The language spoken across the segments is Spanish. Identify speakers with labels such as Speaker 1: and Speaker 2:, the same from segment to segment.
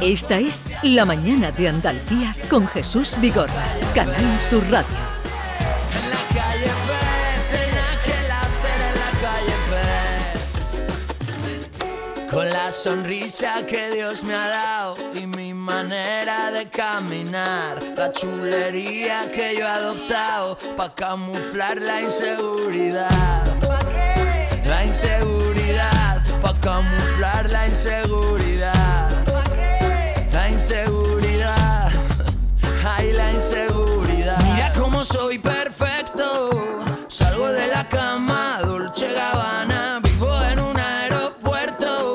Speaker 1: Esta es La Mañana de Andalucía con Jesús Vigorra, Canal Sur Radio.
Speaker 2: Con la sonrisa que Dios me ha dado y mi manera de caminar, la chulería que yo he adoptado para camuflar la inseguridad. La inseguridad, para camuflar la inseguridad. La inseguridad, ay la inseguridad. Mira cómo soy perfecto, salgo de la cama, Dolce Gabbana, vivo en un aeropuerto,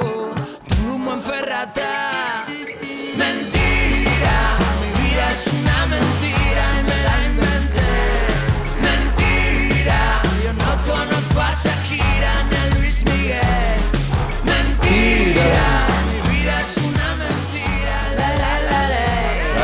Speaker 2: tengo un buen ferrata. Mentira, mi vida es una mentira y me la inventé. Mentira, yo no conozco a Shakira ni a Luis Miguel. Mentira, mi vida es una mentira. La la la la.
Speaker 3: La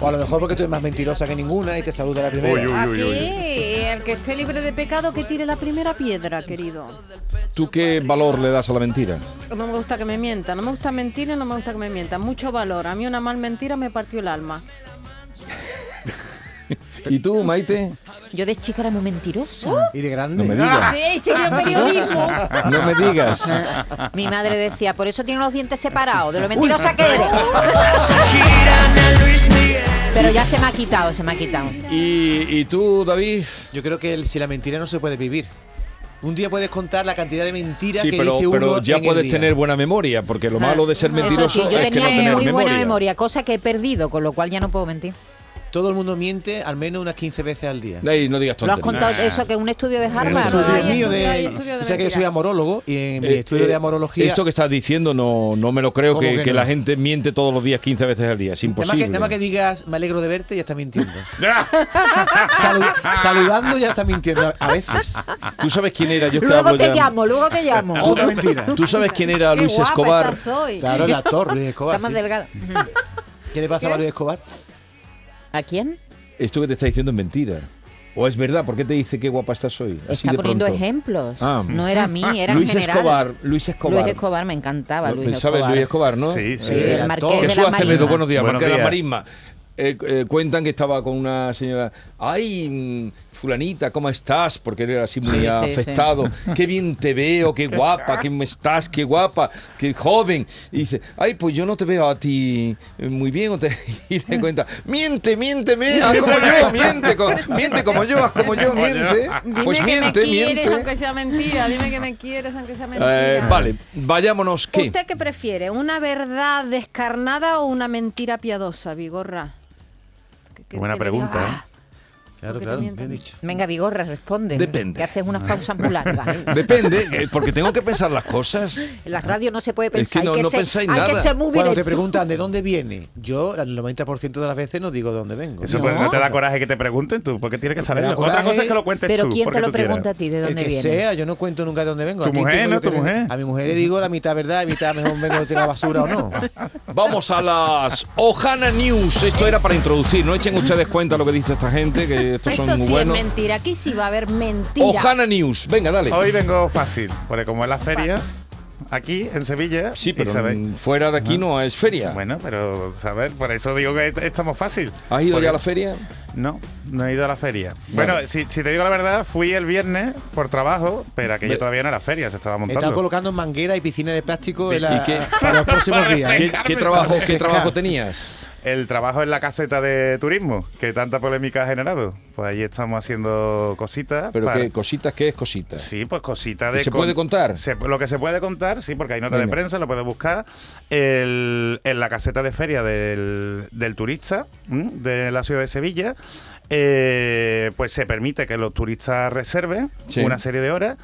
Speaker 4: O a lo mejor porque tú eres más mentirosa que ninguna y te saluda la primera.
Speaker 3: Uy, uy.
Speaker 5: Aquí, el que esté libre de pecado, que tire la primera piedra, querido.
Speaker 3: ¿Tú qué valor le das a la mentira?
Speaker 5: No me gusta que me mientan, no me gusta mentir y no me gusta que me mientan. Mucho valor. A mí una mal mentira me partió el alma.
Speaker 3: ¿Y tú, Maite?
Speaker 6: Yo de chica era muy
Speaker 3: Uh.
Speaker 6: mentirosa.
Speaker 4: Y de grande.
Speaker 3: No me digas.
Speaker 5: Sí, sí, yo periodismo.
Speaker 3: No me digas.
Speaker 6: Mi madre decía, por eso tiene los dientes separados, de lo mentirosa que eres.
Speaker 2: Shakira ni a Luis Miguel.
Speaker 6: Pero ya se me ha quitado, se me ha quitado.
Speaker 3: ¿Y, y tú, David?
Speaker 4: Yo creo que el- si la mentira no se puede vivir. Un día puedes contar la cantidad de mentiras
Speaker 3: Sí,
Speaker 4: que
Speaker 3: pero,
Speaker 4: dice uno
Speaker 3: pero ya
Speaker 4: en el
Speaker 3: puedes
Speaker 4: día.
Speaker 3: tener buena memoria, porque lo malo de ser
Speaker 6: Eso
Speaker 3: mentiroso
Speaker 6: sí, yo
Speaker 3: es que
Speaker 6: tenía
Speaker 3: no
Speaker 6: muy
Speaker 3: tener
Speaker 6: buena
Speaker 3: memoria.
Speaker 6: memoria, cosa que he perdido, con lo cual ya no puedo mentir.
Speaker 4: Todo el mundo miente al menos unas 15 veces al día.
Speaker 3: Ey, no digas
Speaker 6: Lo has
Speaker 3: tonterías.
Speaker 6: contado eso que es un estudio de
Speaker 4: El
Speaker 6: Harvard.
Speaker 4: estudio
Speaker 5: Ay,
Speaker 6: ¿no?
Speaker 4: mío de,
Speaker 5: estudio, estudio de
Speaker 4: o sea que yo soy
Speaker 5: mentira.
Speaker 4: amorólogo y en mi
Speaker 3: Eh,
Speaker 4: estudio
Speaker 3: eh,
Speaker 4: de amorología
Speaker 3: Esto que estás diciendo no, no me lo creo,
Speaker 4: ¿Cómo
Speaker 3: que,
Speaker 4: que
Speaker 3: que
Speaker 4: no?
Speaker 3: la gente miente todos los días 15 veces al día. Es
Speaker 4: nada más,
Speaker 3: imposible.
Speaker 4: que, nada más que digas me alegro de verte ya está mintiendo. Salu- saludando ya está mintiendo a veces.
Speaker 3: ¿Tú sabes quién era? Yo es que
Speaker 6: Luego
Speaker 3: hablo
Speaker 6: te
Speaker 3: ya-
Speaker 6: llamo, luego te llamo.
Speaker 4: Otra mentira.
Speaker 3: ¿Tú sabes quién era
Speaker 6: Qué
Speaker 3: Luis
Speaker 6: guapa
Speaker 3: Escobar?
Speaker 6: estás hoy.
Speaker 4: Claro, el actor Luis Escobar.
Speaker 6: Está más
Speaker 4: sí.
Speaker 6: delgada.
Speaker 4: ¿Qué le pasa a Luis Escobar?
Speaker 6: ¿A quién?
Speaker 3: Esto que te está diciendo es mentira. ¿O es verdad? ¿Por qué te dice qué guapa estás hoy? Así
Speaker 6: Está
Speaker 3: de
Speaker 6: poniendo
Speaker 3: pronto.
Speaker 6: ejemplos.
Speaker 3: Ah.
Speaker 6: No era a mí, era en
Speaker 3: Luis
Speaker 6: general.
Speaker 3: Escobar, Luis Escobar.
Speaker 6: Luis Escobar, me encantaba Luis
Speaker 3: ¿Sabes
Speaker 6: Escobar.
Speaker 3: Luis Escobar, no?
Speaker 7: Sí, sí.
Speaker 6: Sí,
Speaker 4: Eh,
Speaker 6: el
Speaker 4: el
Speaker 6: marqués
Speaker 4: actor.
Speaker 6: de
Speaker 3: Jesús
Speaker 6: la
Speaker 3: Acevedo,
Speaker 6: Marisma.
Speaker 3: buenos días,
Speaker 7: Buenos
Speaker 3: Marqués de la
Speaker 7: días.
Speaker 3: Marisma. Eh, eh, cuentan que estaba con una señora. ¡Ay, mm, fulanita, cómo estás! Porque él era así muy
Speaker 6: Sí, sí,
Speaker 3: afectado. ¡Qué bien te veo! ¡Qué guapa! ¡Qué me estás! ¡Qué guapa! ¡Qué joven! Y dice, ¡ay, pues yo no te veo a ti eh, muy bien! o te- Y le cuenta, ¡miente, miénteme! ¡Haz como yo! ¡Miente, co- miente como yo! ¡Haz como yo! ¡Miente!
Speaker 5: Dime
Speaker 3: Pues
Speaker 5: que
Speaker 3: miente,
Speaker 5: me quieres aunque
Speaker 3: miente.
Speaker 5: sea mentira. Dime que me quieres aunque sea mentira.
Speaker 3: Eh, vale, vayámonos, ¿qué?
Speaker 5: ¿Usted qué prefiere? ¿Una verdad descarnada o una mentira piadosa, Vigorra? Que- que-
Speaker 7: Qué buena
Speaker 5: que me diga,
Speaker 7: pregunta, ¿eh?
Speaker 5: "Ah,
Speaker 4: Claro,
Speaker 5: Porque
Speaker 4: claro,
Speaker 5: también-
Speaker 4: bien dicho.
Speaker 6: Venga, Vigorra, responde.
Speaker 3: Depende.
Speaker 6: Que haces unas pausas muy largas.
Speaker 3: Depende, eh, porque tengo que pensar las cosas.
Speaker 6: En la radio no se puede
Speaker 3: Es que
Speaker 6: pensar.
Speaker 3: no-
Speaker 6: hay que
Speaker 3: no
Speaker 6: ser,
Speaker 3: pensáis
Speaker 6: hay que
Speaker 3: nada.
Speaker 6: ser muy
Speaker 4: Cuando te
Speaker 6: directo.
Speaker 4: preguntan de dónde viene, yo el 90% de las veces no digo de dónde vengo.
Speaker 7: Eso
Speaker 6: No.
Speaker 7: pues, no te da coraje que te pregunten tú, porque tienes que saberlo.
Speaker 4: da coraje.
Speaker 7: Otra cosa es que lo cuentes
Speaker 6: Pero
Speaker 7: tú.
Speaker 6: ¿quién
Speaker 7: porque
Speaker 6: te lo
Speaker 7: tú quieras.
Speaker 6: pregunta a ti? ¿De
Speaker 4: El
Speaker 6: dónde
Speaker 4: que
Speaker 6: viene?
Speaker 4: sea, yo no cuento nunca de dónde vengo.
Speaker 7: Tu
Speaker 4: ¿A quién
Speaker 7: mujer,
Speaker 4: tengo
Speaker 7: ¿no?
Speaker 4: que
Speaker 7: Tu
Speaker 4: ver?
Speaker 7: mujer.
Speaker 4: A mi mujer le digo la mitad verdad, la mitad mejor vengo de la basura o no.
Speaker 3: Vamos a las Ojana News. Esto era para introducir. No echen ustedes cuenta lo que dice esta gente, que estos son
Speaker 5: Esto
Speaker 3: muy
Speaker 5: sí
Speaker 3: buenos.
Speaker 5: es mentira. Aquí sí va a haber mentira.
Speaker 3: Ojana News. Venga, dale.
Speaker 7: Hoy vengo fácil, porque como es la feria, aquí en Sevilla.
Speaker 3: Sí,
Speaker 7: y
Speaker 3: pero
Speaker 7: sabéis-
Speaker 3: mm, fuera de aquí no es feria.
Speaker 7: Bueno, pero saber, por eso digo que est- estamos fácil.
Speaker 3: ¿Has ido
Speaker 7: Porque-
Speaker 3: ya a la feria?
Speaker 7: No, no he ido a la feria. Bueno, si, si te digo la verdad, fui el viernes por trabajo, pero aquello
Speaker 3: Ve-
Speaker 7: todavía no era feria, se estaba montando.
Speaker 4: Están colocando manguera y piscina de plástico
Speaker 3: ¿Y
Speaker 4: en la-
Speaker 3: qué?
Speaker 4: para los próximos días.
Speaker 3: ¿Qué,
Speaker 7: Dejarme
Speaker 3: qué trabajo, ¿qué
Speaker 4: refrescar.
Speaker 3: trabajo tenías?
Speaker 7: El trabajo en la caseta de turismo, que tanta polémica ha generado. Pues ahí estamos haciendo cositas.
Speaker 3: Pero
Speaker 7: para-
Speaker 3: qué cositas, ¿qué es cositas?
Speaker 7: Sí, pues cositas de...
Speaker 3: ¿Y se puede contar?
Speaker 7: se- lo que se puede contar, sí, porque hay nota de
Speaker 3: Venga.
Speaker 7: prensa, lo puedes buscar. El- en la caseta de feria del, del turista ¿m? de la ciudad de Sevilla, eh, pues se permite que los turistas reserven
Speaker 3: Sí.
Speaker 7: una serie de horas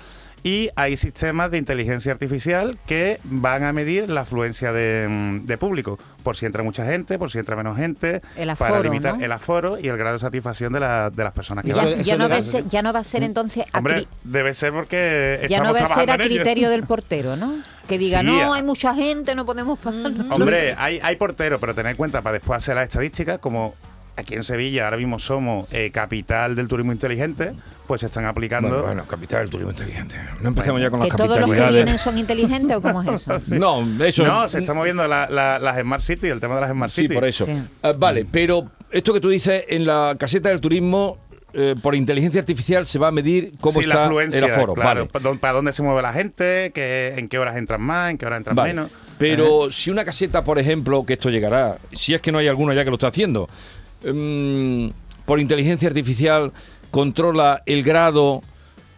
Speaker 7: Y hay sistemas de inteligencia artificial que van a medir la afluencia de, mm, de público, por si entra mucha gente, por si entra menos gente,
Speaker 6: El
Speaker 7: para
Speaker 6: aforo,
Speaker 7: limitar
Speaker 6: ¿no?
Speaker 7: el aforo y el grado de satisfacción de, la- de las personas que
Speaker 4: Eso-
Speaker 6: Ya,
Speaker 7: van.
Speaker 4: eso
Speaker 6: ya no va a
Speaker 4: legal,
Speaker 6: ser, ya no va a ser entonces a
Speaker 7: Hombre,
Speaker 6: cri-
Speaker 7: debe ser porque
Speaker 6: ya no
Speaker 7: estamos
Speaker 6: va a ser
Speaker 7: trabajando
Speaker 6: a
Speaker 7: en ello.
Speaker 6: criterio del portero, ¿no? Que diga,
Speaker 7: Sí,
Speaker 6: no,
Speaker 7: a-
Speaker 6: hay mucha gente, no podemos pagar.
Speaker 7: Hombre, hay, hay porteros, pero tened en cuenta para después hacer las estadísticas, como aquí en Sevilla ahora mismo somos eh, capital del turismo inteligente, pues se están aplicando.
Speaker 8: Bueno, bueno, capital del turismo inteligente. No empezamos ya con
Speaker 6: ¿Que
Speaker 8: las
Speaker 6: todos los que vienen
Speaker 8: capitalidades.
Speaker 6: son inteligentes o cómo es eso?
Speaker 7: Sí.
Speaker 3: No, eso
Speaker 7: No, se está moviendo la- la- las Smart City, el tema de las Smart
Speaker 3: Sí,
Speaker 7: City.
Speaker 3: por eso.
Speaker 6: Sí.
Speaker 3: Ah, vale, pero esto que tú dices en la caseta del turismo, eh, por inteligencia artificial se va a medir cómo
Speaker 7: Sí, la
Speaker 3: está
Speaker 7: afluencia,
Speaker 3: el aforo.
Speaker 7: claro,
Speaker 3: vale.
Speaker 7: pa- dó- para dónde se mueve la gente, que, en qué horas entran más, en qué horas entran
Speaker 3: Vale.
Speaker 7: menos.
Speaker 3: Pero si una caseta, por ejemplo, que esto llegará, si es que no hay alguna ya que lo está haciendo, mm, por inteligencia artificial controla el grado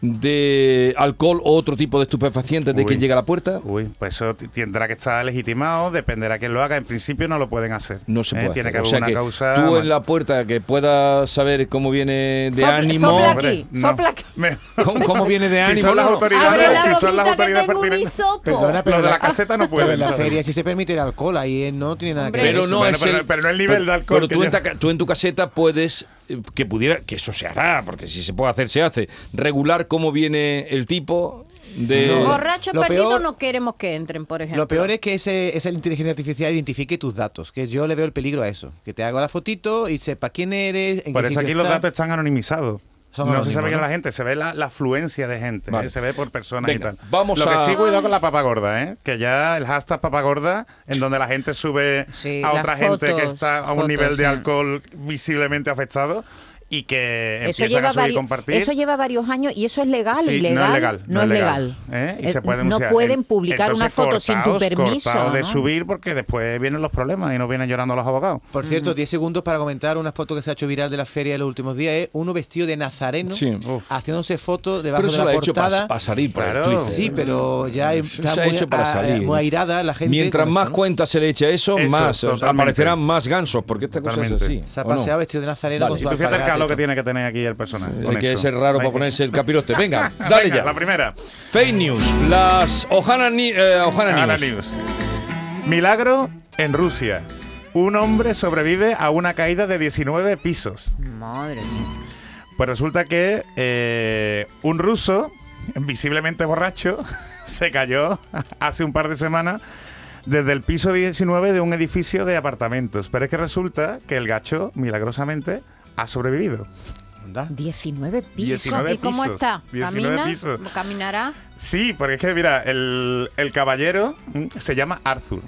Speaker 3: de alcohol o otro tipo de estupefacientes de
Speaker 7: Uy.
Speaker 3: quien llega a la puerta.
Speaker 7: Uy, pues eso t- tendrá que estar legitimado, dependerá quién lo haga. En principio no lo pueden hacer.
Speaker 3: No se
Speaker 7: ¿eh?
Speaker 3: puede.
Speaker 7: Tiene
Speaker 3: hacer.
Speaker 7: que haber
Speaker 3: O sea
Speaker 7: una
Speaker 3: que
Speaker 7: causa.
Speaker 3: Tú en
Speaker 7: más-
Speaker 3: la puerta que puedas saber cómo viene de
Speaker 6: Sopla-
Speaker 3: ánimo.
Speaker 6: sopla
Speaker 7: Hombre,
Speaker 6: aquí, sopla aquí.
Speaker 7: Me-
Speaker 3: ¿Cómo, cómo viene de
Speaker 7: Si
Speaker 3: ánimo?
Speaker 7: son las
Speaker 3: No, no.
Speaker 7: autoridades,
Speaker 5: Abre la
Speaker 7: si son
Speaker 5: boquita
Speaker 7: las
Speaker 5: que
Speaker 7: autoridades
Speaker 5: tengo un
Speaker 7: pertinentes.
Speaker 5: hisopo.
Speaker 4: Perdona, pero
Speaker 7: Lo de
Speaker 4: la-
Speaker 7: la caseta no
Speaker 4: Pero
Speaker 7: puede.
Speaker 4: en la feria sí se permite el alcohol, ahí eh, no tiene nada que ver.
Speaker 3: Pero
Speaker 4: eso.
Speaker 3: no
Speaker 7: Bueno,
Speaker 3: es
Speaker 7: pero-
Speaker 3: el,
Speaker 7: pero no el nivel de alcohol
Speaker 3: Pero tú,
Speaker 7: que
Speaker 3: en
Speaker 7: ya-
Speaker 3: ta- tú en tu caseta puedes eh, que pudiera que eso se hará porque si se puede hacer se hace regular cómo viene el tipo de
Speaker 7: eh,
Speaker 4: No. Borra-
Speaker 5: Borracho
Speaker 4: Lo
Speaker 5: perdido
Speaker 4: peor-
Speaker 5: no queremos que entren, por ejemplo.
Speaker 4: Lo peor es que ese, esa inteligencia artificial identifique tus datos, que yo le veo el peligro a eso. Que te haga la fotito y sepa quién eres, en
Speaker 7: Por
Speaker 4: qué
Speaker 7: eso
Speaker 4: sitio
Speaker 7: aquí los
Speaker 4: estás.
Speaker 7: datos están anonimizados.
Speaker 4: Son
Speaker 7: no
Speaker 4: anónimos,
Speaker 7: se sabe quién es
Speaker 4: ¿no?
Speaker 7: la gente, se ve la, la afluencia de gente, ¿eh?
Speaker 3: Vale.
Speaker 7: se ve por personas
Speaker 3: Venga,
Speaker 7: y tal.
Speaker 3: vamos
Speaker 7: Lo
Speaker 3: a-
Speaker 7: que sí, cuidado con la papa gorda, ¿eh? que ya el hashtag papa gorda, en donde la gente sube
Speaker 6: Sí,
Speaker 7: a
Speaker 6: las
Speaker 7: otra gente que
Speaker 6: fotos,
Speaker 7: está a un
Speaker 6: fotos,
Speaker 7: nivel
Speaker 6: sí.
Speaker 7: de alcohol visiblemente afectado y que
Speaker 6: Eso
Speaker 7: empiezan
Speaker 6: lleva,
Speaker 7: a subir y
Speaker 6: vari-
Speaker 7: compartir.
Speaker 6: eso lleva varios años y eso es legal,
Speaker 7: Sí,
Speaker 6: ilegal.
Speaker 7: no es legal.
Speaker 6: No es legal.
Speaker 7: ¿eh? Y
Speaker 6: Eh,
Speaker 7: se pueden
Speaker 6: no
Speaker 7: usar.
Speaker 6: pueden
Speaker 7: En-
Speaker 6: publicar una
Speaker 7: entonces,
Speaker 6: foto sin tu
Speaker 7: cortaos,
Speaker 6: permiso.
Speaker 7: cortaos de
Speaker 6: ¿no?
Speaker 7: subir porque después vienen los problemas y nos vienen llorando los abogados.
Speaker 4: Por cierto, 10 segundos para comentar una foto que se ha hecho viral de la feria de los últimos días. Es uno vestido de nazareno
Speaker 3: Sí.
Speaker 7: Uf.
Speaker 4: haciéndose
Speaker 3: pero
Speaker 4: fotos debajo de
Speaker 3: eso lo
Speaker 4: la
Speaker 3: ha hecho
Speaker 4: portada.
Speaker 3: para salir por
Speaker 7: Claro.
Speaker 3: el Twitter.
Speaker 4: sí, pero ya está
Speaker 3: se ha
Speaker 4: muy,
Speaker 3: hecho para
Speaker 4: a-
Speaker 3: salir.
Speaker 4: muy airada la gente.
Speaker 3: Mientras
Speaker 4: con
Speaker 3: más
Speaker 4: esto, ¿no?
Speaker 3: cuentas se le eche a eso,
Speaker 7: Eso,
Speaker 3: más
Speaker 7: totalmente.
Speaker 3: aparecerán más gansos, porque esta cosa es
Speaker 7: Totalmente.
Speaker 3: así.
Speaker 4: Se ha
Speaker 3: ¿o no?
Speaker 4: paseado vestido de nazareno
Speaker 3: Vale.
Speaker 4: con
Speaker 3: Y
Speaker 7: Y
Speaker 4: su
Speaker 7: tú fíjate el
Speaker 4: alpargata y
Speaker 7: calor que
Speaker 4: todo.
Speaker 7: tiene que tener aquí el personaje.
Speaker 3: Hay
Speaker 7: con
Speaker 3: que
Speaker 7: eso.
Speaker 3: ser raro para
Speaker 7: Venga.
Speaker 3: ponerse el capirote. Venga, dale
Speaker 7: Venga,
Speaker 3: ya.
Speaker 7: La primera.
Speaker 3: Fake news. Las Ohana, Ni- eh, Ohana
Speaker 7: Ahora
Speaker 3: News.
Speaker 7: news. Milagro en Rusia. Un hombre sobrevive a una caída de 19 pisos.
Speaker 6: Madre mía.
Speaker 7: Pues resulta que eh, un ruso, visiblemente borracho, se cayó hace un par de semanas desde el piso 19 de un edificio de apartamentos. Pero es que resulta que el gacho, milagrosamente, ha sobrevivido.
Speaker 4: Anda.
Speaker 6: 19 pisos.
Speaker 7: 19
Speaker 5: ¿Y cómo
Speaker 7: pisos,
Speaker 5: está?
Speaker 7: 19
Speaker 5: ¿Camina?
Speaker 7: pisos.
Speaker 5: ¿Caminará?
Speaker 7: Sí, porque es que, mira, el, el caballero mm, se llama Arthur.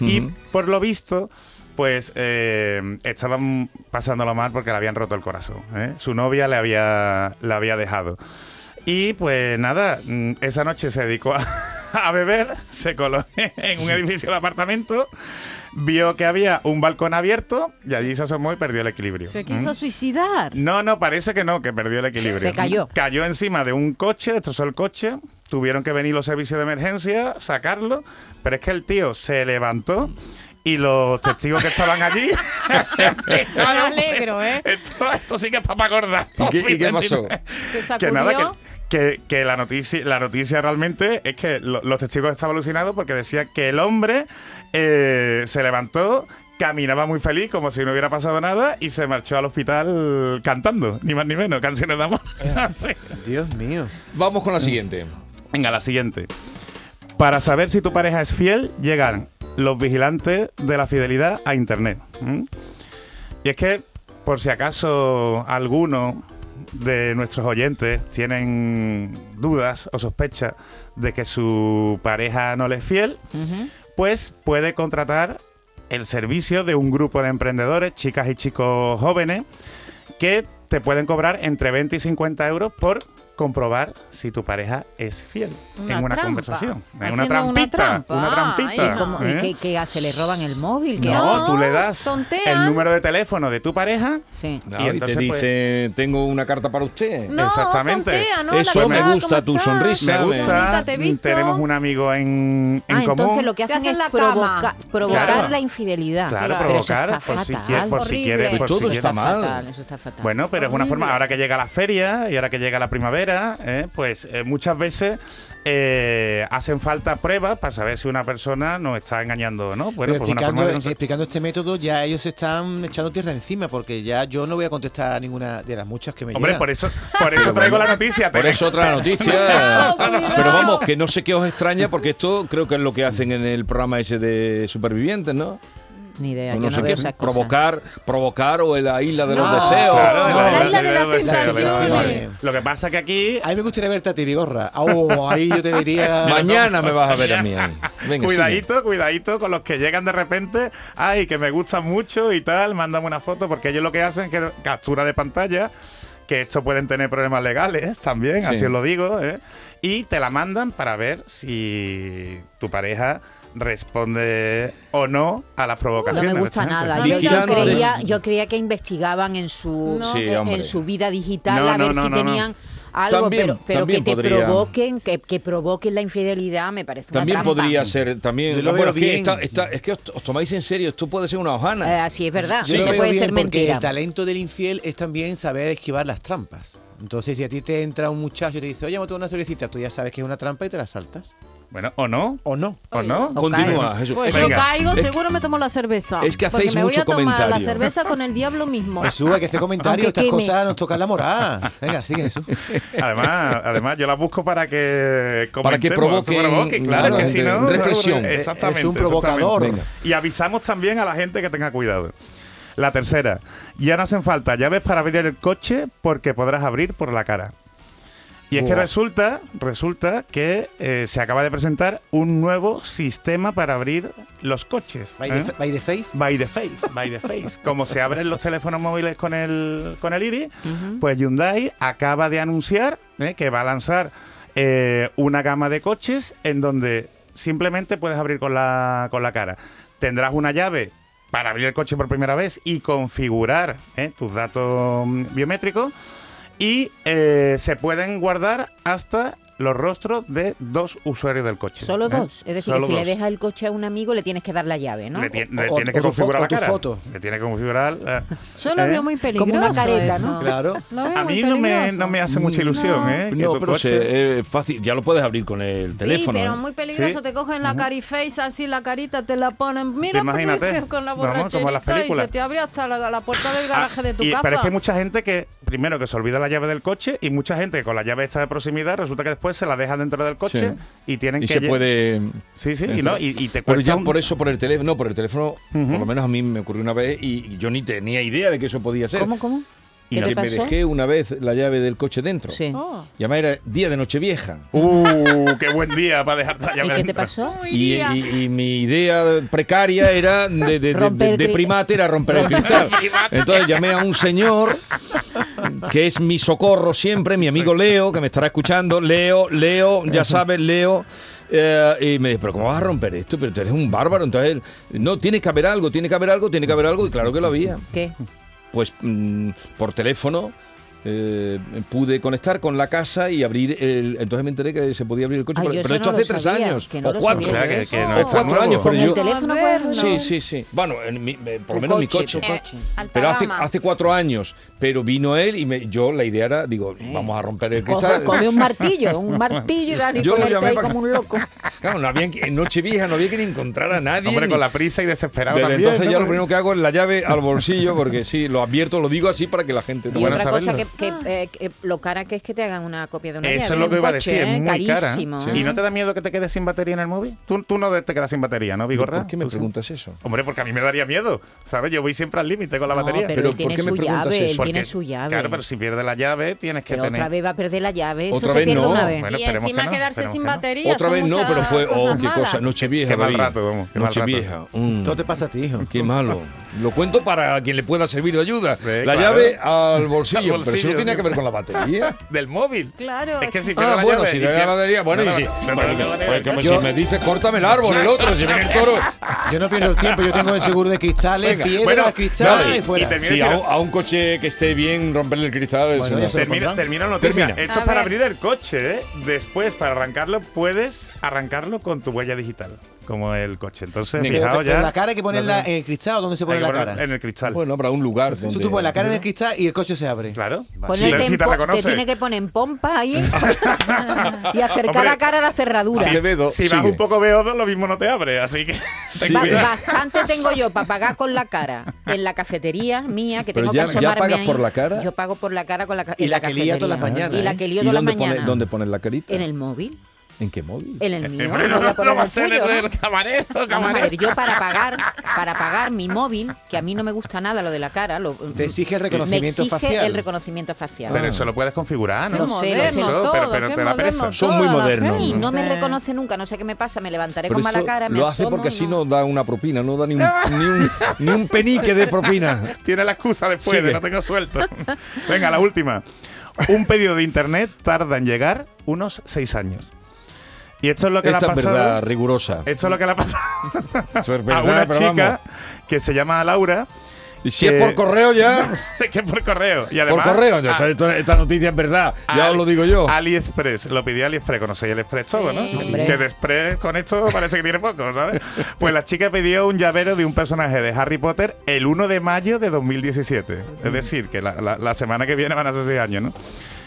Speaker 7: Y por lo visto, pues eh, estaban pasándolo mal porque le habían roto el corazón. ¿eh? Su novia le había, le había dejado. Y pues nada, mm, esa noche se dedicó a, a beber, se coló en un edificio de apartamento, vio que había un balcón abierto y allí se asomó y perdió el equilibrio.
Speaker 5: Se
Speaker 7: ¿Mm?
Speaker 5: quiso suicidar.
Speaker 7: No, no, parece que no, que perdió el equilibrio.
Speaker 6: Se cayó.
Speaker 7: Cayó encima de un coche, destrozó el coche, tuvieron que venir los servicios de emergencia, sacarlo, pero es que el tío se levantó y los testigos que estaban allí...
Speaker 5: Me alegro, ¿eh?
Speaker 7: Esto, esto sí que es papa gorda.
Speaker 3: ¿Y qué- y qué pasó?
Speaker 5: Se
Speaker 7: Que
Speaker 5: sacudió.
Speaker 7: nada, que, que- que la, noticia, la noticia realmente es que lo- los testigos estaban alucinados porque decía que el hombre eh, se levantó, caminaba muy feliz como si no hubiera pasado nada y se marchó al hospital cantando, ni más ni menos, canciones de amor. Sí.
Speaker 4: Dios mío.
Speaker 3: Vamos con la siguiente.
Speaker 7: Venga, la siguiente. Para saber si tu pareja es fiel, llegan los vigilantes de la fidelidad a internet. ¿m? Y es que, por si acaso alguno de nuestros oyentes tienen dudas o sospechas de que su pareja no le es fiel, pues puede contratar el servicio de un grupo de emprendedores, chicas y chicos jóvenes, que te pueden cobrar entre 20 y 50 euros por comprobar si tu pareja es fiel
Speaker 5: Una
Speaker 7: en una
Speaker 5: trampa.
Speaker 7: conversación. Es
Speaker 5: Haciendo una
Speaker 7: una trampita.
Speaker 5: trampa.
Speaker 7: Una trampita.
Speaker 5: Ay,
Speaker 6: ¿Cómo-
Speaker 7: ¿eh?
Speaker 6: ¿Y qué, qué hace? ¿Le roban el móvil? ¿Qué hace?
Speaker 7: No,
Speaker 5: No,
Speaker 7: tú le das
Speaker 5: tontean.
Speaker 7: el número de teléfono de tu pareja.
Speaker 6: Sí.
Speaker 3: No,
Speaker 7: Y
Speaker 3: Ah, y,
Speaker 7: entonces,
Speaker 3: te
Speaker 7: pues-
Speaker 3: dice, tengo una carta para usted.
Speaker 5: No,
Speaker 7: Exactamente.
Speaker 5: tontea, ¿no? La
Speaker 3: Eso
Speaker 5: verdad,
Speaker 3: me
Speaker 5: ¿cómo
Speaker 3: gusta, tu
Speaker 5: estás?
Speaker 3: sonrisa, eh.
Speaker 7: Me
Speaker 3: Sabe.
Speaker 7: gusta.
Speaker 5: Bonita, te he visto.
Speaker 7: Tenemos un amigo en, en
Speaker 6: Ah,
Speaker 7: común.
Speaker 6: entonces lo que
Speaker 5: Te
Speaker 6: hacen
Speaker 5: hacen
Speaker 6: es
Speaker 5: la cama.
Speaker 6: provoca- provocar
Speaker 7: Claro.
Speaker 6: la infidelidad.
Speaker 7: Claro,
Speaker 6: Pero eso
Speaker 7: provocar. pues
Speaker 6: está
Speaker 7: por si
Speaker 6: fatal.
Speaker 7: quieres, por si
Speaker 5: Horrible.
Speaker 7: quieres, por
Speaker 3: Todo
Speaker 7: si
Speaker 3: está
Speaker 7: quieres.
Speaker 3: mal.
Speaker 7: pues,
Speaker 6: fatal, eso está fatal.
Speaker 7: Bueno, pero es una forma, ahora que llega la feria y ahora que llega la soltera, ¿eh? pues eh, muchas veces eh, hacen falta pruebas para saber si una persona nos está engañando o no. Bueno,
Speaker 4: Pero
Speaker 7: pues una
Speaker 4: explicando,
Speaker 7: forma de cons-
Speaker 4: explicando este método, ya ellos se están echando tierra encima, porque ya yo no voy a contestar a ninguna de las muchas que me
Speaker 7: Hombre,
Speaker 4: llegan.
Speaker 7: por eso, por eso traigo la noticia.
Speaker 3: Por
Speaker 7: te-
Speaker 3: eso otra noticia. Pero vamos, que no sé qué os extraña, porque esto creo que es lo que hacen en el programa ese de supervivientes, ¿no?
Speaker 6: Ni idea,
Speaker 3: no
Speaker 6: yo
Speaker 3: sé
Speaker 6: no
Speaker 3: qué
Speaker 6: veo esas cosas.
Speaker 3: provocar, provocar o en la isla de los
Speaker 4: No,
Speaker 3: deseos.
Speaker 4: No,
Speaker 7: Claro, la- la-
Speaker 5: la isla de
Speaker 7: la-
Speaker 5: las
Speaker 7: la- la- la- la-
Speaker 4: tentaciones.
Speaker 7: Lo que pasa que aquí
Speaker 4: A mí me gustaría verte a ti, Vigorra. Oh, ahí yo te vería.
Speaker 3: Mañana me vas a ver a mí ahí. Venga, sigue.
Speaker 7: cuidadito, cuidadito con los que llegan de repente. Ay, que me gustan mucho y tal. Mándame una foto porque ellos lo que hacen es que captura de pantalla. Que esto pueden tener problemas legales también,
Speaker 3: Sí.
Speaker 7: así os lo digo. ¿eh? Y te la mandan para ver si tu pareja responde o no a las
Speaker 6: No
Speaker 7: provocaciones.
Speaker 6: me gusta
Speaker 7: efectivamente.
Speaker 6: nada. Yo, yo
Speaker 3: Vigilantes.
Speaker 6: creía, yo creía que investigaban en su,
Speaker 3: No. Sí,
Speaker 6: en- en,
Speaker 3: hombre.
Speaker 6: su vida digital
Speaker 7: No,
Speaker 6: a
Speaker 7: no,
Speaker 6: ver
Speaker 7: no,
Speaker 6: si
Speaker 7: no, no.
Speaker 6: tenían algo,
Speaker 3: También-
Speaker 6: pero, pero que
Speaker 3: también
Speaker 6: te
Speaker 3: podría.
Speaker 6: provoquen, que, que provoquen la infidelidad me parece una
Speaker 3: También
Speaker 6: trampa. Eh,
Speaker 3: podría ser, también.
Speaker 4: Yo lo
Speaker 3: bueno,
Speaker 4: veo
Speaker 3: es que,
Speaker 4: bien.
Speaker 3: está- está- es que os, os tomáis en serio, esto puede ser una
Speaker 6: Eh,
Speaker 3: hojana.
Speaker 6: así es verdad,
Speaker 4: Yo lo
Speaker 6: eso
Speaker 4: veo
Speaker 6: puede
Speaker 4: bien
Speaker 6: ser
Speaker 4: porque
Speaker 6: mentira.
Speaker 4: El talento del infiel es también saber esquivar las trampas. Entonces, si a ti te entra un muchacho y te dice, oye, vamos a tomar una cervecita, tú ya sabes que es una trampa y te la saltas.
Speaker 7: Bueno, o no.
Speaker 4: ¿O no?
Speaker 7: ¿O no?
Speaker 6: o
Speaker 3: Continúa,
Speaker 6: caes.
Speaker 3: Jesús. Eh,
Speaker 5: Pues
Speaker 3: Es
Speaker 5: yo
Speaker 3: que-
Speaker 7: Venga.
Speaker 5: caigo,
Speaker 3: es que-
Speaker 5: seguro me tomo la cerveza.
Speaker 3: es que hacéis
Speaker 5: porque me voy
Speaker 3: mucho
Speaker 5: a tomar
Speaker 3: comentario.
Speaker 5: la cerveza con el diablo mismo.
Speaker 4: Jesús, hay que hacer comentarios,
Speaker 5: Aunque
Speaker 4: estas
Speaker 5: queme.
Speaker 4: cosas nos tocan la moral. Venga, sigue Jesús.
Speaker 7: ¿Eh? Además, además, yo la busco para que
Speaker 3: Para que
Speaker 7: comentemos,
Speaker 3: provoquen,
Speaker 7: provoque, claro,
Speaker 4: claro,
Speaker 7: que si no,
Speaker 3: reflexión.
Speaker 7: Exactamente.
Speaker 4: Es un
Speaker 7: exactamente.
Speaker 4: provocador.
Speaker 3: Venga.
Speaker 7: Y avisamos también a la gente que tenga cuidado. La tercera, ya no hacen falta llaves para abrir el coche porque podrás abrir por la cara. Y es que
Speaker 3: Buah.
Speaker 7: resulta, resulta que eh, se acaba de presentar un nuevo sistema para abrir los coches.
Speaker 4: By,
Speaker 7: ¿eh?
Speaker 4: the, by the face.
Speaker 7: By the face, by the face. Como se abren los teléfonos móviles con el, con el iris, pues Hyundai acaba de anunciar ¿eh? que va a lanzar eh, una gama de coches en donde simplemente puedes abrir con la, con la cara. Tendrás una llave para abrir el coche por primera vez y configurar ¿eh? tus datos mm, biométricos y eh, se pueden guardar hasta los rostros de dos usuarios del coche.
Speaker 6: Solo
Speaker 7: ¿eh?
Speaker 6: dos. Es decir,
Speaker 7: Solo
Speaker 6: que si le
Speaker 7: dos.
Speaker 6: dejas el coche a un amigo le tienes que dar la llave, ¿no?
Speaker 7: Le, tie-
Speaker 4: O-
Speaker 7: le
Speaker 4: o-
Speaker 7: tiene que
Speaker 4: o tu fo-
Speaker 7: configurar la
Speaker 4: o tu
Speaker 7: cara.
Speaker 4: foto.
Speaker 7: Le tiene que configurar. la-
Speaker 5: Yo lo
Speaker 7: ¿eh?
Speaker 5: veo muy peligroso.
Speaker 6: Como una careta,
Speaker 5: eso.
Speaker 6: ¿no?
Speaker 4: Claro.
Speaker 5: Lo veo
Speaker 7: A
Speaker 5: muy
Speaker 7: mí no me,
Speaker 5: peligroso.
Speaker 7: no me hace mucha ilusión,
Speaker 5: No.
Speaker 7: ¿eh? Que
Speaker 3: No,
Speaker 7: tu
Speaker 3: pero
Speaker 7: coche-
Speaker 3: se- es fácil, ya lo puedes abrir con el teléfono.
Speaker 5: sí, pero
Speaker 3: ¿eh?
Speaker 5: muy peligroso.
Speaker 7: Sí.
Speaker 5: Te cogen la cariface así, la carita, te la ponen. Mira,
Speaker 7: imagínate?
Speaker 5: Pepe, con la
Speaker 7: Vamos, como en las
Speaker 5: borracherita y
Speaker 7: películas.
Speaker 5: se te abre hasta la, la puerta del garaje
Speaker 7: Ah,
Speaker 5: de tu
Speaker 7: y-
Speaker 5: casa.
Speaker 7: Pero es que hay mucha gente que, primero, que se olvida la llave del coche y mucha gente que con la llave esta de proximidad resulta que después se la deja dentro del coche
Speaker 3: Sí.
Speaker 7: y tienen
Speaker 3: Y
Speaker 7: que...
Speaker 3: se
Speaker 7: lle-
Speaker 3: puede.
Speaker 7: Sí, sí, y, no, y, y te
Speaker 3: Pero
Speaker 7: cuesta
Speaker 3: ya
Speaker 7: un-
Speaker 3: por eso, por el teléfono, no, por el teléfono, por lo menos a mí me ocurrió una vez y y yo ni tenía idea de que eso podía ser.
Speaker 6: ¿Cómo, cómo?
Speaker 3: Y
Speaker 6: ¿Qué
Speaker 3: que
Speaker 6: te
Speaker 3: me
Speaker 6: pasó?
Speaker 3: dejé una vez la llave del coche dentro.
Speaker 6: Sí.
Speaker 5: Oh.
Speaker 3: Y además era día de Nochevieja.
Speaker 7: ¡Uh, qué buen día para dejar la
Speaker 6: ¿Y
Speaker 7: llave
Speaker 6: qué te
Speaker 7: dentro!
Speaker 6: pasó?
Speaker 3: Y, y- y mi idea precaria era de, de- de-
Speaker 6: Romper el
Speaker 3: de
Speaker 6: cri-
Speaker 3: primate, era romper el cristal. Entonces llamé a un señor que es mi socorro siempre, mi amigo Leo, que me estará escuchando. Leo, Leo, ya sabes, Leo. Eh, y me dice, pero ¿cómo vas a romper esto? Pero tú eres un bárbaro. Entonces, él, no, tiene que haber algo, tiene que haber algo, tiene que haber algo. Y claro que lo había.
Speaker 6: ¿Qué?
Speaker 3: Pues mm, por teléfono eh, pude conectar con la casa y abrir el... Entonces me enteré que se podía abrir el coche.
Speaker 6: Ay,
Speaker 3: pero
Speaker 6: yo
Speaker 3: pero
Speaker 6: eso
Speaker 3: esto
Speaker 6: no
Speaker 3: hace
Speaker 6: lo
Speaker 3: tres
Speaker 6: sabía,
Speaker 3: años.
Speaker 6: que no
Speaker 3: o
Speaker 6: lo
Speaker 3: cuatro.
Speaker 7: O sea, que, que
Speaker 5: Oh.
Speaker 7: no
Speaker 3: O
Speaker 7: es tan
Speaker 3: cuatro
Speaker 7: nuevo.
Speaker 3: años, pero
Speaker 6: Con el
Speaker 3: yo-
Speaker 6: teléfono
Speaker 5: A ver,
Speaker 6: puedes.
Speaker 3: Sí, sí, sí. Bueno, en mi- me- por lo
Speaker 6: Tu
Speaker 3: menos mi
Speaker 6: coche,
Speaker 3: coche.
Speaker 6: tu coche.
Speaker 5: Alta
Speaker 3: Pero hace,
Speaker 5: gama.
Speaker 3: hace cuatro años. Pero vino él y me- yo la idea era, digo, vamos a romper el cristal.
Speaker 6: Eh. Coge, coge un martillo, un martillo y dale y
Speaker 3: Yo lo
Speaker 6: ponerte
Speaker 3: llamé
Speaker 6: ahí
Speaker 3: para-
Speaker 6: como un loco.
Speaker 3: Claro, no había, que- en Nochevieja no había que ni encontrar a nadie.
Speaker 7: Hombre,
Speaker 3: ni-
Speaker 7: con la prisa y desesperado
Speaker 3: Desde
Speaker 7: también.
Speaker 3: entonces
Speaker 7: ¿no?
Speaker 3: ya lo primero que hago es la llave al bolsillo, porque sí, lo advierto, lo digo así para que la gente...
Speaker 6: Y
Speaker 7: Bueno
Speaker 6: otra cosa que,
Speaker 7: saberlo.
Speaker 6: que, eh, que- lo cara que es que te hagan una copia de una
Speaker 7: Eso
Speaker 6: llave
Speaker 7: es lo
Speaker 6: de
Speaker 7: que
Speaker 6: un
Speaker 7: iba a
Speaker 6: coche,
Speaker 7: decir, es
Speaker 6: ¿eh?
Speaker 7: muy
Speaker 6: carísimo.
Speaker 7: cara.
Speaker 6: ¿eh?
Speaker 7: ¿Y no te da miedo que te quedes sin batería en el móvil? Tú, tú no te quedas sin batería, ¿no, Vigorra?
Speaker 3: ¿Por qué me
Speaker 7: Tú sí.
Speaker 3: preguntas eso?
Speaker 7: Hombre, porque a mí me daría miedo, ¿sabes? Yo voy siempre al límite con la
Speaker 6: No,
Speaker 7: batería.
Speaker 6: pero,
Speaker 3: Pero
Speaker 6: él
Speaker 3: ¿por
Speaker 6: tiene
Speaker 3: qué me
Speaker 6: su
Speaker 3: preguntas
Speaker 6: llave, él
Speaker 3: eso?
Speaker 6: tiene
Speaker 7: Porque,
Speaker 6: su llave.
Speaker 7: Claro, pero si pierde la llave, tienes que
Speaker 6: Pero
Speaker 7: tener.
Speaker 6: otra vez va a perder la llave, eso
Speaker 3: Otra
Speaker 6: se
Speaker 3: vez
Speaker 6: pierde
Speaker 3: no.
Speaker 6: una vez.
Speaker 7: Bueno,
Speaker 5: y
Speaker 7: esperemos
Speaker 5: encima
Speaker 7: que no,
Speaker 5: quedarse
Speaker 7: esperemos
Speaker 5: sin
Speaker 7: que no.
Speaker 5: batería.
Speaker 3: Otra
Speaker 5: son
Speaker 3: vez no,
Speaker 5: muchas
Speaker 3: pero fue... Oh,
Speaker 5: cosas
Speaker 3: qué cosa,
Speaker 5: malas.
Speaker 3: Nochevieja.
Speaker 7: Qué mal
Speaker 3: David.
Speaker 7: rato, vamos, qué mal rato.
Speaker 3: Nochevieja. mm.
Speaker 4: Todo te pasa a ti, hijo.
Speaker 3: Qué malo. Lo cuento para quien le pueda servir de ayuda.
Speaker 7: Sí,
Speaker 3: la
Speaker 7: claro.
Speaker 3: llave al bolsillo, pero
Speaker 7: Al
Speaker 3: eso
Speaker 7: bolsillo,
Speaker 3: no tiene
Speaker 7: sí.
Speaker 3: que ver con la batería.
Speaker 7: Del móvil.
Speaker 5: Claro,
Speaker 7: Es que si
Speaker 5: es-
Speaker 7: pierde
Speaker 3: Ah,
Speaker 7: la
Speaker 3: bueno,
Speaker 7: llave.
Speaker 3: si
Speaker 7: y
Speaker 3: te da la
Speaker 7: pierde-
Speaker 3: batería, bueno,
Speaker 7: No,
Speaker 3: y
Speaker 7: no,
Speaker 3: si-
Speaker 7: no, no, no, no, no,
Speaker 3: Pues
Speaker 7: no,
Speaker 3: como
Speaker 7: yo-
Speaker 3: si me dices, córtame el árbol, el otro, si viene el toro.
Speaker 4: Yo no pierdo el tiempo, yo tengo el seguro de cristales,
Speaker 3: Venga,
Speaker 4: piedra,
Speaker 7: bueno,
Speaker 4: cristal
Speaker 7: dale,
Speaker 4: y fuera.
Speaker 7: y termina-
Speaker 3: Sí, a, un- a un coche que esté bien, romperle el cristal.
Speaker 4: Bueno,
Speaker 3: eso
Speaker 4: ya
Speaker 3: no.
Speaker 4: se-
Speaker 7: Termina,
Speaker 4: pondrán?
Speaker 7: termina la noticia.
Speaker 3: Termina.
Speaker 7: Esto
Speaker 5: A
Speaker 7: es para
Speaker 5: ver.
Speaker 7: abrir el coche, ¿eh? Después, para arrancarlo, puedes arrancarlo con tu huella digital. como el coche. Entonces,
Speaker 3: Venga.
Speaker 7: fijaos
Speaker 4: Pero
Speaker 7: ya.
Speaker 4: la cara hay que ponerla en el cristal, ¿o dónde se
Speaker 7: Hay
Speaker 4: pone
Speaker 7: que
Speaker 4: la
Speaker 7: poner
Speaker 4: cara?
Speaker 7: En el cristal.
Speaker 3: Bueno, habrá un lugar
Speaker 4: Tú
Speaker 3: donde...
Speaker 4: tú pones la cara en el cristal y el coche se abre.
Speaker 7: Claro.
Speaker 4: Vale.
Speaker 7: Sí,
Speaker 6: Ponerte
Speaker 7: sí
Speaker 6: en
Speaker 7: te
Speaker 6: po- te,
Speaker 7: reconoce.
Speaker 6: tiene que poner en pompa ahí y acercar
Speaker 7: Hombre,
Speaker 6: la cara a la cerradura.
Speaker 7: Si-
Speaker 3: Acevedo,
Speaker 7: si vas
Speaker 3: sigue.
Speaker 7: un poco beodo, lo mismo no te abre, así que.
Speaker 6: Ba-
Speaker 3: Sigue.
Speaker 6: Bastante tengo yo para pagar con la cara en la cafetería mía que
Speaker 3: Pero
Speaker 6: tengo
Speaker 3: ya-
Speaker 6: que
Speaker 3: ya
Speaker 6: asomarme
Speaker 3: pagas
Speaker 6: ahí.
Speaker 3: por la cara.
Speaker 6: Yo pago por la cara con la ca-
Speaker 4: Y
Speaker 6: en
Speaker 4: la que lía todas las
Speaker 6: cafetería.
Speaker 4: mañanas,
Speaker 6: Y la
Speaker 4: ¿eh?
Speaker 6: que lío
Speaker 3: ¿Y
Speaker 6: todas las
Speaker 3: dónde pone-
Speaker 6: mañanas.
Speaker 3: ¿Dónde pones la carita?
Speaker 6: En el móvil,
Speaker 3: ¿En qué móvil?
Speaker 6: en el mío.
Speaker 7: Eh, Hombre,
Speaker 6: no
Speaker 7: no,
Speaker 6: voy a
Speaker 7: no,
Speaker 6: poner
Speaker 7: no va a
Speaker 6: el
Speaker 7: ser
Speaker 6: tuyo,
Speaker 7: el
Speaker 6: ¿no?
Speaker 7: del camarero,
Speaker 6: Vamos a
Speaker 7: camarero.
Speaker 6: ver, yo para pagar, para pagar mi móvil, que a mí no me gusta nada lo de la cara, lo-
Speaker 4: Te exige el
Speaker 6: me
Speaker 4: reconocimiento
Speaker 6: exige
Speaker 4: facial.
Speaker 6: el reconocimiento facial.
Speaker 7: Pero eso lo puedes configurar,
Speaker 5: Qué
Speaker 7: ¿no?
Speaker 6: Lo sé, lo sé.
Speaker 5: moderno
Speaker 7: Pero-
Speaker 5: todo,
Speaker 7: pero- pero
Speaker 5: qué
Speaker 7: te da pereza.
Speaker 5: moderno
Speaker 3: Son
Speaker 5: todo,
Speaker 3: muy
Speaker 5: la
Speaker 3: modernos,
Speaker 5: gente.
Speaker 6: y no me reconoce nunca, no sé qué me pasa, me levantaré
Speaker 3: Pero
Speaker 6: con mala
Speaker 3: esto
Speaker 6: cara, me
Speaker 3: lo hace
Speaker 6: asomo
Speaker 3: porque
Speaker 6: y
Speaker 3: así no
Speaker 6: no-
Speaker 3: da una propina, no da ni un, ni un, ni un penique de propina.
Speaker 7: Tiene la excusa después de
Speaker 3: Sigue.
Speaker 7: no tengo suelto. Venga, la última. Un pedido de internet tarda en llegar unos seis años. Y esto es lo que le
Speaker 3: Esta
Speaker 7: ha
Speaker 3: es verdad
Speaker 7: pasado.
Speaker 3: rigurosa.
Speaker 7: Esto es lo que le ha pasado
Speaker 3: Esto es
Speaker 7: a
Speaker 3: verdad,
Speaker 7: una
Speaker 3: pero
Speaker 7: chica
Speaker 3: vamos.
Speaker 7: que se llama Laura,
Speaker 3: Y si es por
Speaker 7: que-
Speaker 3: correo ya,
Speaker 7: que por correo. Y además, ah,
Speaker 3: por correo. ya
Speaker 7: a-
Speaker 3: está- Esta, esta noticia es verdad, ya
Speaker 7: Al-
Speaker 3: os lo digo yo.
Speaker 7: AliExpress, lo pidió AliExpress, conocéis AliExpress todo, ¿no?
Speaker 6: Sí, sí.
Speaker 7: Que después con esto parece que tiene poco, ¿sabes? Pues la chica pidió un llavero de un personaje de Harry Potter el 1 de mayo de 2017. Es decir, que la, la- la semana que viene van a ser 6 años, ¿no?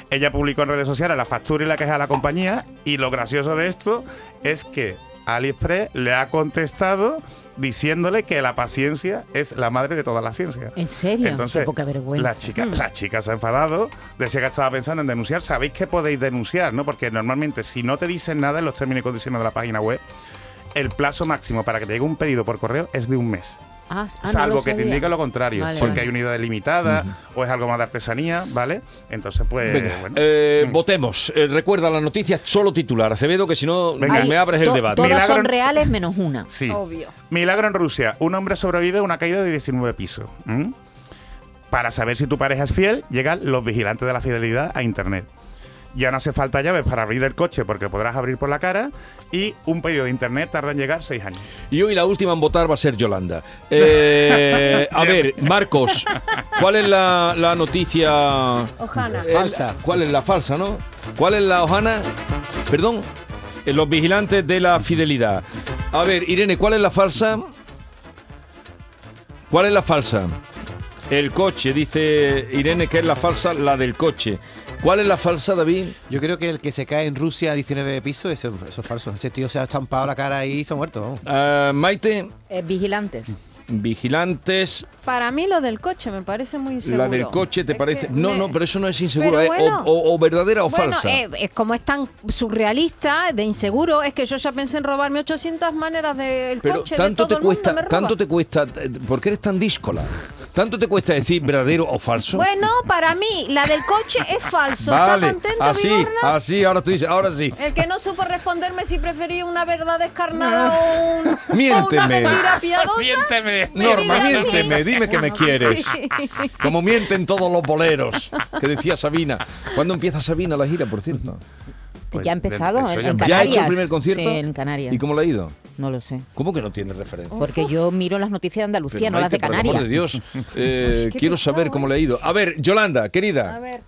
Speaker 7: Ella publicó en redes sociales la factura y la queja a la compañía y lo gracioso de esto es que AliExpress le ha contestado diciéndole que la paciencia es la madre de todas las ciencias.
Speaker 6: ¿En serio?
Speaker 7: Entonces,
Speaker 6: Qué poca vergüenza. Mm.
Speaker 7: La chica, la chica se ha enfadado, decía que estaba pensando en denunciar. Sabéis que podéis denunciar, ¿no? Porque normalmente, si no te dicen nada en los términos y condiciones de la página web, el plazo máximo para que te llegue un pedido por correo es de un mes.
Speaker 6: Ah, ah, no
Speaker 7: salvo
Speaker 6: lo
Speaker 7: que te
Speaker 6: sabía.
Speaker 7: indique lo contrario,
Speaker 6: Vale,
Speaker 7: porque
Speaker 6: vale.
Speaker 7: hay unidades limitadas o es algo más de artesanía, ¿vale? Entonces, pues.
Speaker 3: Venga,
Speaker 7: bueno.
Speaker 3: eh,
Speaker 7: Mm.
Speaker 3: votemos. Eh, recuerda la noticia solo titular, Acevedo, que si no
Speaker 7: Venga.
Speaker 3: me abres el
Speaker 6: to-
Speaker 3: debate.
Speaker 6: Todas
Speaker 7: Milagro-
Speaker 6: son reales menos una.
Speaker 7: Sí.
Speaker 5: Obvio.
Speaker 7: Milagro en Rusia. Un hombre sobrevive a una caída de 19 pisos. ¿Mm? Para saber si tu pareja es fiel, llegan los vigilantes de la fidelidad a internet. Ya no hace falta llaves para abrir el coche porque podrás abrir por la cara y un pedido de internet tarda en llegar 6 años.
Speaker 3: Y hoy la última en votar va a ser Yolanda. Eh, a ver, Marcos, ¿cuál es la, la noticia?
Speaker 5: Ojana.
Speaker 3: Eh,
Speaker 4: Falsa.
Speaker 3: ¿Cuál es la falsa, no? ¿Cuál es la hojana? Perdón, eh, los vigilantes de la fidelidad. A ver, Irene, ¿cuál es la falsa? ¿Cuál es la falsa? El coche, dice Irene que es la falsa, la del coche. ¿Cuál es la falsa, David?
Speaker 4: Yo creo que el que se cae en Rusia a 19 pisos, eso, eso es falso. Ese tío se ha estampado la cara ahí y se ha muerto. vamos.
Speaker 3: Ah, Maite,
Speaker 6: Eh,
Speaker 3: Mm.
Speaker 6: vigilantes.
Speaker 3: vigilantes,
Speaker 5: Para mí lo del coche me parece muy inseguro.
Speaker 3: La del coche, ¿te
Speaker 5: Es
Speaker 3: parece?
Speaker 5: que
Speaker 3: No,
Speaker 5: me-
Speaker 3: no, pero eso no es inseguro,
Speaker 5: Pero
Speaker 3: ¿eh? O-
Speaker 5: bueno.
Speaker 3: o, o verdadera o
Speaker 5: Bueno,
Speaker 3: falsa.
Speaker 5: eh, es como es tan surrealista, de inseguro, es que yo ya pensé en robarme 800 maneras del
Speaker 3: pero
Speaker 5: coche
Speaker 3: tanto
Speaker 5: de todo
Speaker 3: te
Speaker 5: el mundo
Speaker 3: cuesta,
Speaker 5: me roba.
Speaker 3: tanto te cuesta, eh, ¿por qué eres tan díscola? ¿Tanto te cuesta decir verdadero o falso?
Speaker 5: Bueno, para mí la del coche es falso. ¿Está
Speaker 3: vale,
Speaker 5: contento,
Speaker 3: así,
Speaker 5: Vigorra?
Speaker 3: así, ahora tú dices, ahora sí.
Speaker 5: El que no supo responderme si prefería una verdad descarnada o, un- o una
Speaker 3: Miénteme.
Speaker 5: mentira piadosa.
Speaker 7: Miénteme.
Speaker 5: me diga
Speaker 3: Norma,
Speaker 5: a mí.
Speaker 3: miénteme, dime que me quieres.
Speaker 5: Sí.
Speaker 3: Como mienten todos los boleros, que decía Sabina. ¿Cuándo empieza Sabina la gira, por cierto?
Speaker 7: Pues,
Speaker 6: ya ha empezado
Speaker 7: desde-
Speaker 6: en,
Speaker 7: eso
Speaker 6: en
Speaker 7: ya-
Speaker 6: Canarias.
Speaker 3: ¿Ya ha hecho el primer concierto?
Speaker 6: Sí, en Canarias.
Speaker 3: ¿Y cómo le ha ido?
Speaker 6: No lo sé.
Speaker 3: ¿Cómo que no tiene referencia?
Speaker 6: Porque yo miro las noticias de Andalucía,
Speaker 3: Pero,
Speaker 6: no las de
Speaker 3: Maite, por el amor
Speaker 6: Canarias.
Speaker 3: de Dios, eh,
Speaker 5: qué
Speaker 3: quiero
Speaker 5: pesado,
Speaker 3: saber cómo le ha ido. A ver, Yolanda, querida.
Speaker 5: A ver.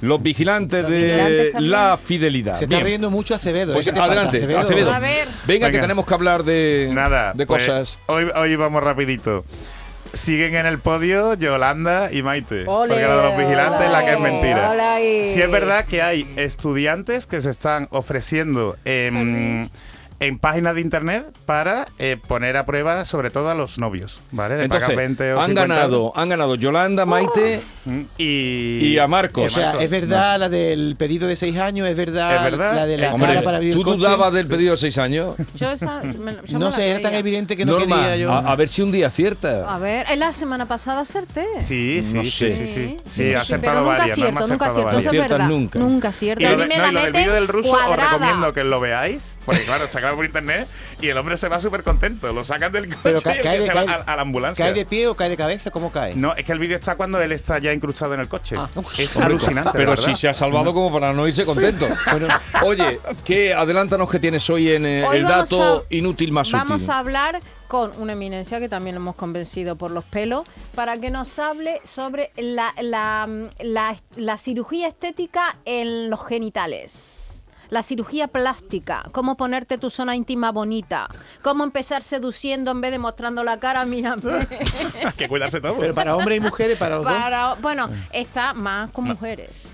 Speaker 3: Los vigilantes
Speaker 6: Los
Speaker 3: de
Speaker 6: vigilantes también.
Speaker 3: la fidelidad.
Speaker 4: Se está
Speaker 3: Bien.
Speaker 4: riendo mucho Acevedo.
Speaker 3: Pues
Speaker 4: ¿eh? ¿Qué te pasa,
Speaker 3: adelante, Acevedo.
Speaker 5: A ver.
Speaker 3: Venga, que
Speaker 7: Venga.
Speaker 3: tenemos que hablar de,
Speaker 7: Nada.
Speaker 3: de
Speaker 7: pues,
Speaker 3: cosas.
Speaker 7: hoy, hoy vamos rapidito. Siguen en el podio Yolanda y Maite.
Speaker 6: Ole,
Speaker 7: porque lo de los vigilantes es la que es
Speaker 6: ole,
Speaker 7: mentira.
Speaker 6: ole.
Speaker 7: Si es verdad que hay estudiantes que se están ofreciendo em, en páginas de internet para eh, poner a prueba sobre todo a los novios, ¿vale? Le pagas
Speaker 3: Entonces,
Speaker 7: 20 o
Speaker 3: han
Speaker 7: 50
Speaker 3: ganado, han ganado Yolanda, Maite
Speaker 7: y,
Speaker 3: y a Marcos.
Speaker 4: Uh. O sea,
Speaker 7: Marcos,
Speaker 4: es verdad la del pedido de 6 años, es verdad,
Speaker 7: Es verdad.
Speaker 4: la de la
Speaker 3: Eh, Hombre,
Speaker 4: cara para abrir
Speaker 3: tú
Speaker 4: el coche.
Speaker 3: dudabas del pedido de seis años.
Speaker 5: Yo esa- me la- yo me
Speaker 4: No
Speaker 5: la
Speaker 4: sé, era tan
Speaker 5: creía.
Speaker 4: evidente que no
Speaker 3: Norma,
Speaker 4: quería yo. Ah,
Speaker 3: a, a ver si un día
Speaker 5: A
Speaker 3: acierta.
Speaker 5: ver, es la semana pasada acerté.
Speaker 7: Sí, sí,
Speaker 3: No
Speaker 7: sí,
Speaker 3: sé.
Speaker 7: sí, sí.
Speaker 5: Sí,
Speaker 7: Sí, ha
Speaker 5: sí, pero
Speaker 7: acertado
Speaker 5: nunca
Speaker 7: varias.
Speaker 5: acierto,
Speaker 7: Norma ha
Speaker 5: nunca
Speaker 7: acertado
Speaker 5: acierto, eso
Speaker 7: varias.
Speaker 5: es
Speaker 3: aciertas
Speaker 5: verdad.
Speaker 3: nunca.
Speaker 5: Nunca
Speaker 7: Y
Speaker 5: acierto.
Speaker 7: lo,
Speaker 5: A
Speaker 7: de-
Speaker 5: mí me
Speaker 7: no,
Speaker 5: la
Speaker 7: y lo del
Speaker 5: meten
Speaker 7: vídeo del ruso os
Speaker 5: cuadrada.
Speaker 7: recomiendo que lo veáis, porque claro, se acaba por internet y el hombre se va súper contento, lo sacan del coche
Speaker 4: Pero ca-
Speaker 7: y el
Speaker 4: cae
Speaker 7: tío
Speaker 4: de-
Speaker 7: se va
Speaker 4: cae-
Speaker 7: a, a la ambulancia.
Speaker 4: ¿Cae de pie o cae de Ah, cabeza? ¿Cómo cae?
Speaker 7: No, es que el vídeo está cuando él está ya incrustado en el coche. es
Speaker 3: Hombre,
Speaker 7: alucinante,
Speaker 3: Pero
Speaker 7: ¿verdad?
Speaker 3: Pues si se ha salvado como para no irse contento. Oye, que adelántanos que tienes hoy en eh,
Speaker 5: Hoy
Speaker 3: el
Speaker 5: vamos
Speaker 3: dato
Speaker 5: a-
Speaker 3: inútil más
Speaker 5: Vamos
Speaker 3: útil.
Speaker 5: a hablar con una eminencia que también hemos convencido por los pelos para que nos hable sobre la, la, la- la cirugía estética en los genitales. la cirugía plástica, cómo ponerte tu zona íntima bonita, cómo empezar seduciendo en vez de mostrando la cara, mira.
Speaker 7: Hay que cuidarse todo.
Speaker 4: Pero para hombres y mujeres, para los dos. Ah. Mm.
Speaker 5: Para- bueno, está más con mujeres.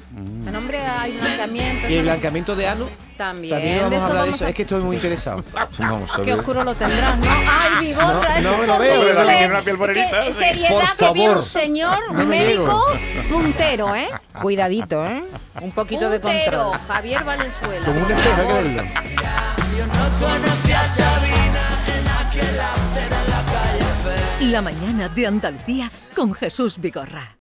Speaker 5: En hombres hay blanqueamiento.
Speaker 4: Y el
Speaker 5: eso
Speaker 4: blanqueamiento de ano.
Speaker 5: También,
Speaker 4: También
Speaker 5: de
Speaker 4: vamos
Speaker 5: eso
Speaker 4: a hablar de
Speaker 5: vamos
Speaker 4: eso.
Speaker 5: a-
Speaker 4: Es que estoy muy interesado.
Speaker 3: Vamos a
Speaker 5: Qué
Speaker 3: ver.
Speaker 5: oscuro lo tendrás, ¿no? Ay, bigorra,
Speaker 4: No, no
Speaker 5: es
Speaker 4: me lo veo,
Speaker 5: horrible.
Speaker 7: ¿verdad? Que tiene una piel
Speaker 5: Es que
Speaker 7: morenita.
Speaker 5: seriedad
Speaker 3: Por
Speaker 5: que viene
Speaker 3: favor.
Speaker 5: un señor
Speaker 4: No me
Speaker 5: médico puntero, ¿eh?
Speaker 6: Cuidadito, ¿eh? Un poquito de
Speaker 5: Puntero,
Speaker 6: control.
Speaker 5: Javier Valenzuela.
Speaker 4: Como un espejo, hay que verlo.
Speaker 1: La mañana de Andalucía con Jesús Vigorra.